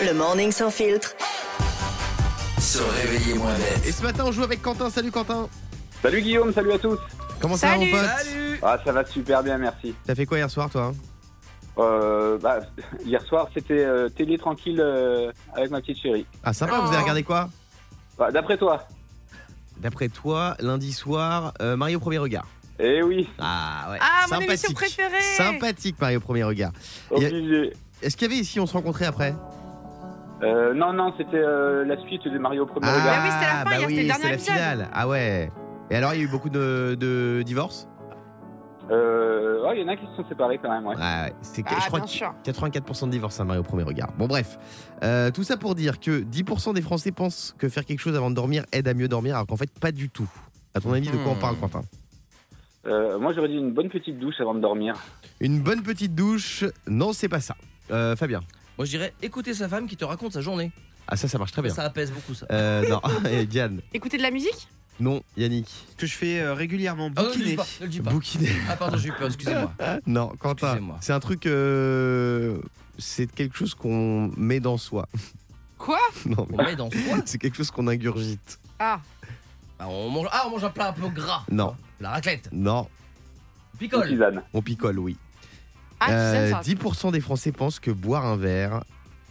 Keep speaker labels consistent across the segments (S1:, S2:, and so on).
S1: Le morning sans filtre.
S2: Se réveiller moins bête.
S3: Et ce matin, on joue avec Quentin. Salut Quentin.
S4: Salut Guillaume, salut à tous.
S3: Comment ça
S5: Salut.
S3: va, mon pote
S2: Salut
S4: Ah, ça va super bien, merci.
S3: T'as fait quoi hier soir, toi hein
S4: Euh, bah, hier soir, c'était euh, télé tranquille euh, avec ma petite chérie.
S3: Ah, sympa, vous
S5: Oh.
S3: avez regardé quoi
S4: Bah, D'après toi
S3: D'après toi, lundi soir, euh, Mario Premier Regard.
S4: Eh oui,
S3: Ah, ouais.
S5: Ah, mon
S3: Sympathique.
S5: émission préférée.
S3: Sympathique, Mario Premier Regard. Il y a-
S4: obligé.
S3: Est-ce qu'il y avait ici, on se rencontrait après
S4: Euh, non, non, c'était euh, la suite de Mario au Premier
S3: Ah,
S4: Regard.
S5: oui, c'était la fin,
S3: bah
S5: hier,
S3: oui,
S5: c'était le dernier
S3: c'est la
S5: épisode.
S3: finale. Ah, ouais. Et alors, il y a eu beaucoup de, de divorces
S4: Euh, ouais, il y en a qui se sont séparés quand même, ouais.
S3: Ouais, ouais. C'est-
S5: Ah,
S3: je crois
S5: bien sûr.
S3: 84% de divorces à Mario Premier Regard. Bon, bref. Euh, tout ça pour dire que 10% des Français pensent que faire quelque chose avant de dormir aide à mieux dormir, alors qu'en fait, pas du tout. À ton avis, de
S5: Hmm.
S3: quoi on parle, Quentin
S4: Euh, moi, j'aurais dit une bonne petite douche avant de dormir.
S3: Une bonne petite douche, non, c'est pas ça. Euh, Fabien.
S2: Moi je dirais écouter sa femme qui te raconte sa journée.
S3: Ah, ça, ça marche très bien.
S2: Ça apaise beaucoup ça.
S3: Euh, non, Et Diane.
S5: Écouter de la musique
S3: Non, Yannick.
S6: que je fais euh, régulièrement
S2: Ah, non, ne le
S6: bouquiner.
S2: dis pas, ne le dis pas.
S3: Bouquinet.
S2: Ah pardon, j'ai eu peur, excusez-moi.
S3: Non, Quentin.
S2: Excusez-moi.
S3: C'est un truc. euh, C'est quelque chose qu'on met dans soi.
S5: Quoi
S3: Non,
S2: On
S3: mais
S2: met dans soi.
S3: c'est quelque chose qu'on ingurgite.
S5: Ah,
S2: Ah, on mange... ah, on mange un plat un peu gras.
S3: Non.
S2: La raclette.
S3: Non,
S4: Une
S2: Picole.
S4: tisane.
S3: on picole, oui.
S5: ah
S3: Euh,
S5: tu sais, ça.
S3: 10% des Français pensent que boire un verre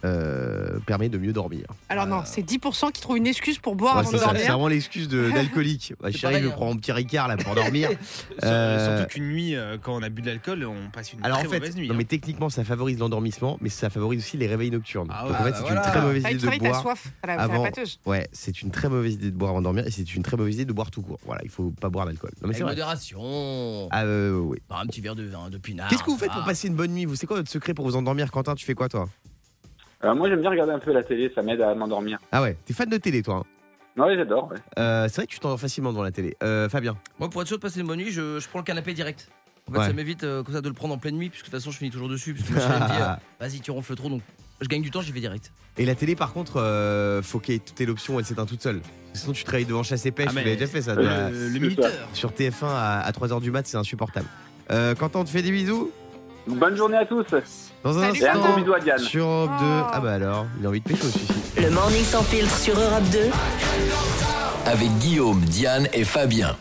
S3: euh, permet de mieux dormir.
S5: Alors non, c'est 10% qui trouvent une excuse pour boire
S3: euh, Ouais,
S5: avant
S3: c'est
S5: de
S3: ça, c'est
S5: dormir.
S3: vraiment l'excuse de- d'alcoolique. Ouais,
S2: C'est
S3: chérie,
S2: pareil,
S3: je
S2: hein.
S3: prends mon petit ricard là pour dormir.
S6: Sur-
S3: Euh,
S6: Surtout qu'une nuit, euh, quand on a bu de l'alcool, on passe une
S3: Alors
S6: très
S3: en fait,
S6: mauvaise nuit.
S3: non,
S6: hein.
S3: mais techniquement ça favorise l'endormissement, mais ça favorise aussi les réveils nocturnes.
S2: Ah
S3: Donc
S2: ouais,
S3: en fait
S2: bah
S3: c'est
S2: voilà.
S3: une très mauvaise
S5: Ah, tu
S3: idée de
S5: travailles, t'as
S3: boire.
S5: soif à la, à la
S3: avant.
S5: pâteuse.
S3: Ouais, c'est une très mauvaise idée de boire avant de dormir et c'est une très mauvaise idée de boire tout court. Voilà, il faut pas boire d'alcool. Non mais c'est
S2: Avec
S3: vrai.
S2: modération.
S3: Ah euh, oui.
S2: Bah, un petit verre de vin, de
S6: Ah,
S2: pinard.
S3: Qu'est-ce que vous faites
S2: ça
S3: pour
S2: va.
S3: passer une bonne nuit Vous c'est quoi votre secret pour vous endormir Quentin, tu fais quoi toi
S4: Euh, moi, j'aime bien regarder un peu la télé, ça m'aide à m'endormir.
S3: Ah ouais, t'es fan de télé toi. hein.
S4: Ouais, j'adore. ouais.
S3: Euh, c'est vrai que tu t'endors facilement devant la télé. Euh, Fabien.
S2: Moi, pour être sûr de passer une bonne nuit, je, je prends le canapé direct. En fait,
S3: Ouais.
S2: ça m'évite euh, comme ça de le prendre en pleine nuit, puisque de toute façon, je finis toujours dessus. Parce que ma chérie me dit, euh, vas-y, tu ronfles trop, donc je gagne du temps, j'y vais direct.
S3: Et la télé par contre euh, faut qu'il y ait toute l'option elle s'éteint toute seule. Sinon tu travailles devant chasse et pêche,
S6: Ah,
S3: vous
S6: mais-
S3: l'avez déjà fait ça.
S6: Euh,
S3: toi.
S6: le,
S4: c'est
S6: minuteur.
S3: Sur TF1 à, 3h du mat, c'est insupportable. Euh, Quentin, on te fait des bisous.
S4: Bonne journée à tous
S3: Dans un
S5: Salut,
S4: et un gros
S3: instant,
S4: bisou à Diane.
S3: sur Europe 2.
S5: Oh.
S3: Ah bah alors, il a envie de pécho celui-ci.
S1: Le morning sans filtre sur Europe 2.
S2: Avec Guillaume, Diane et Fabien.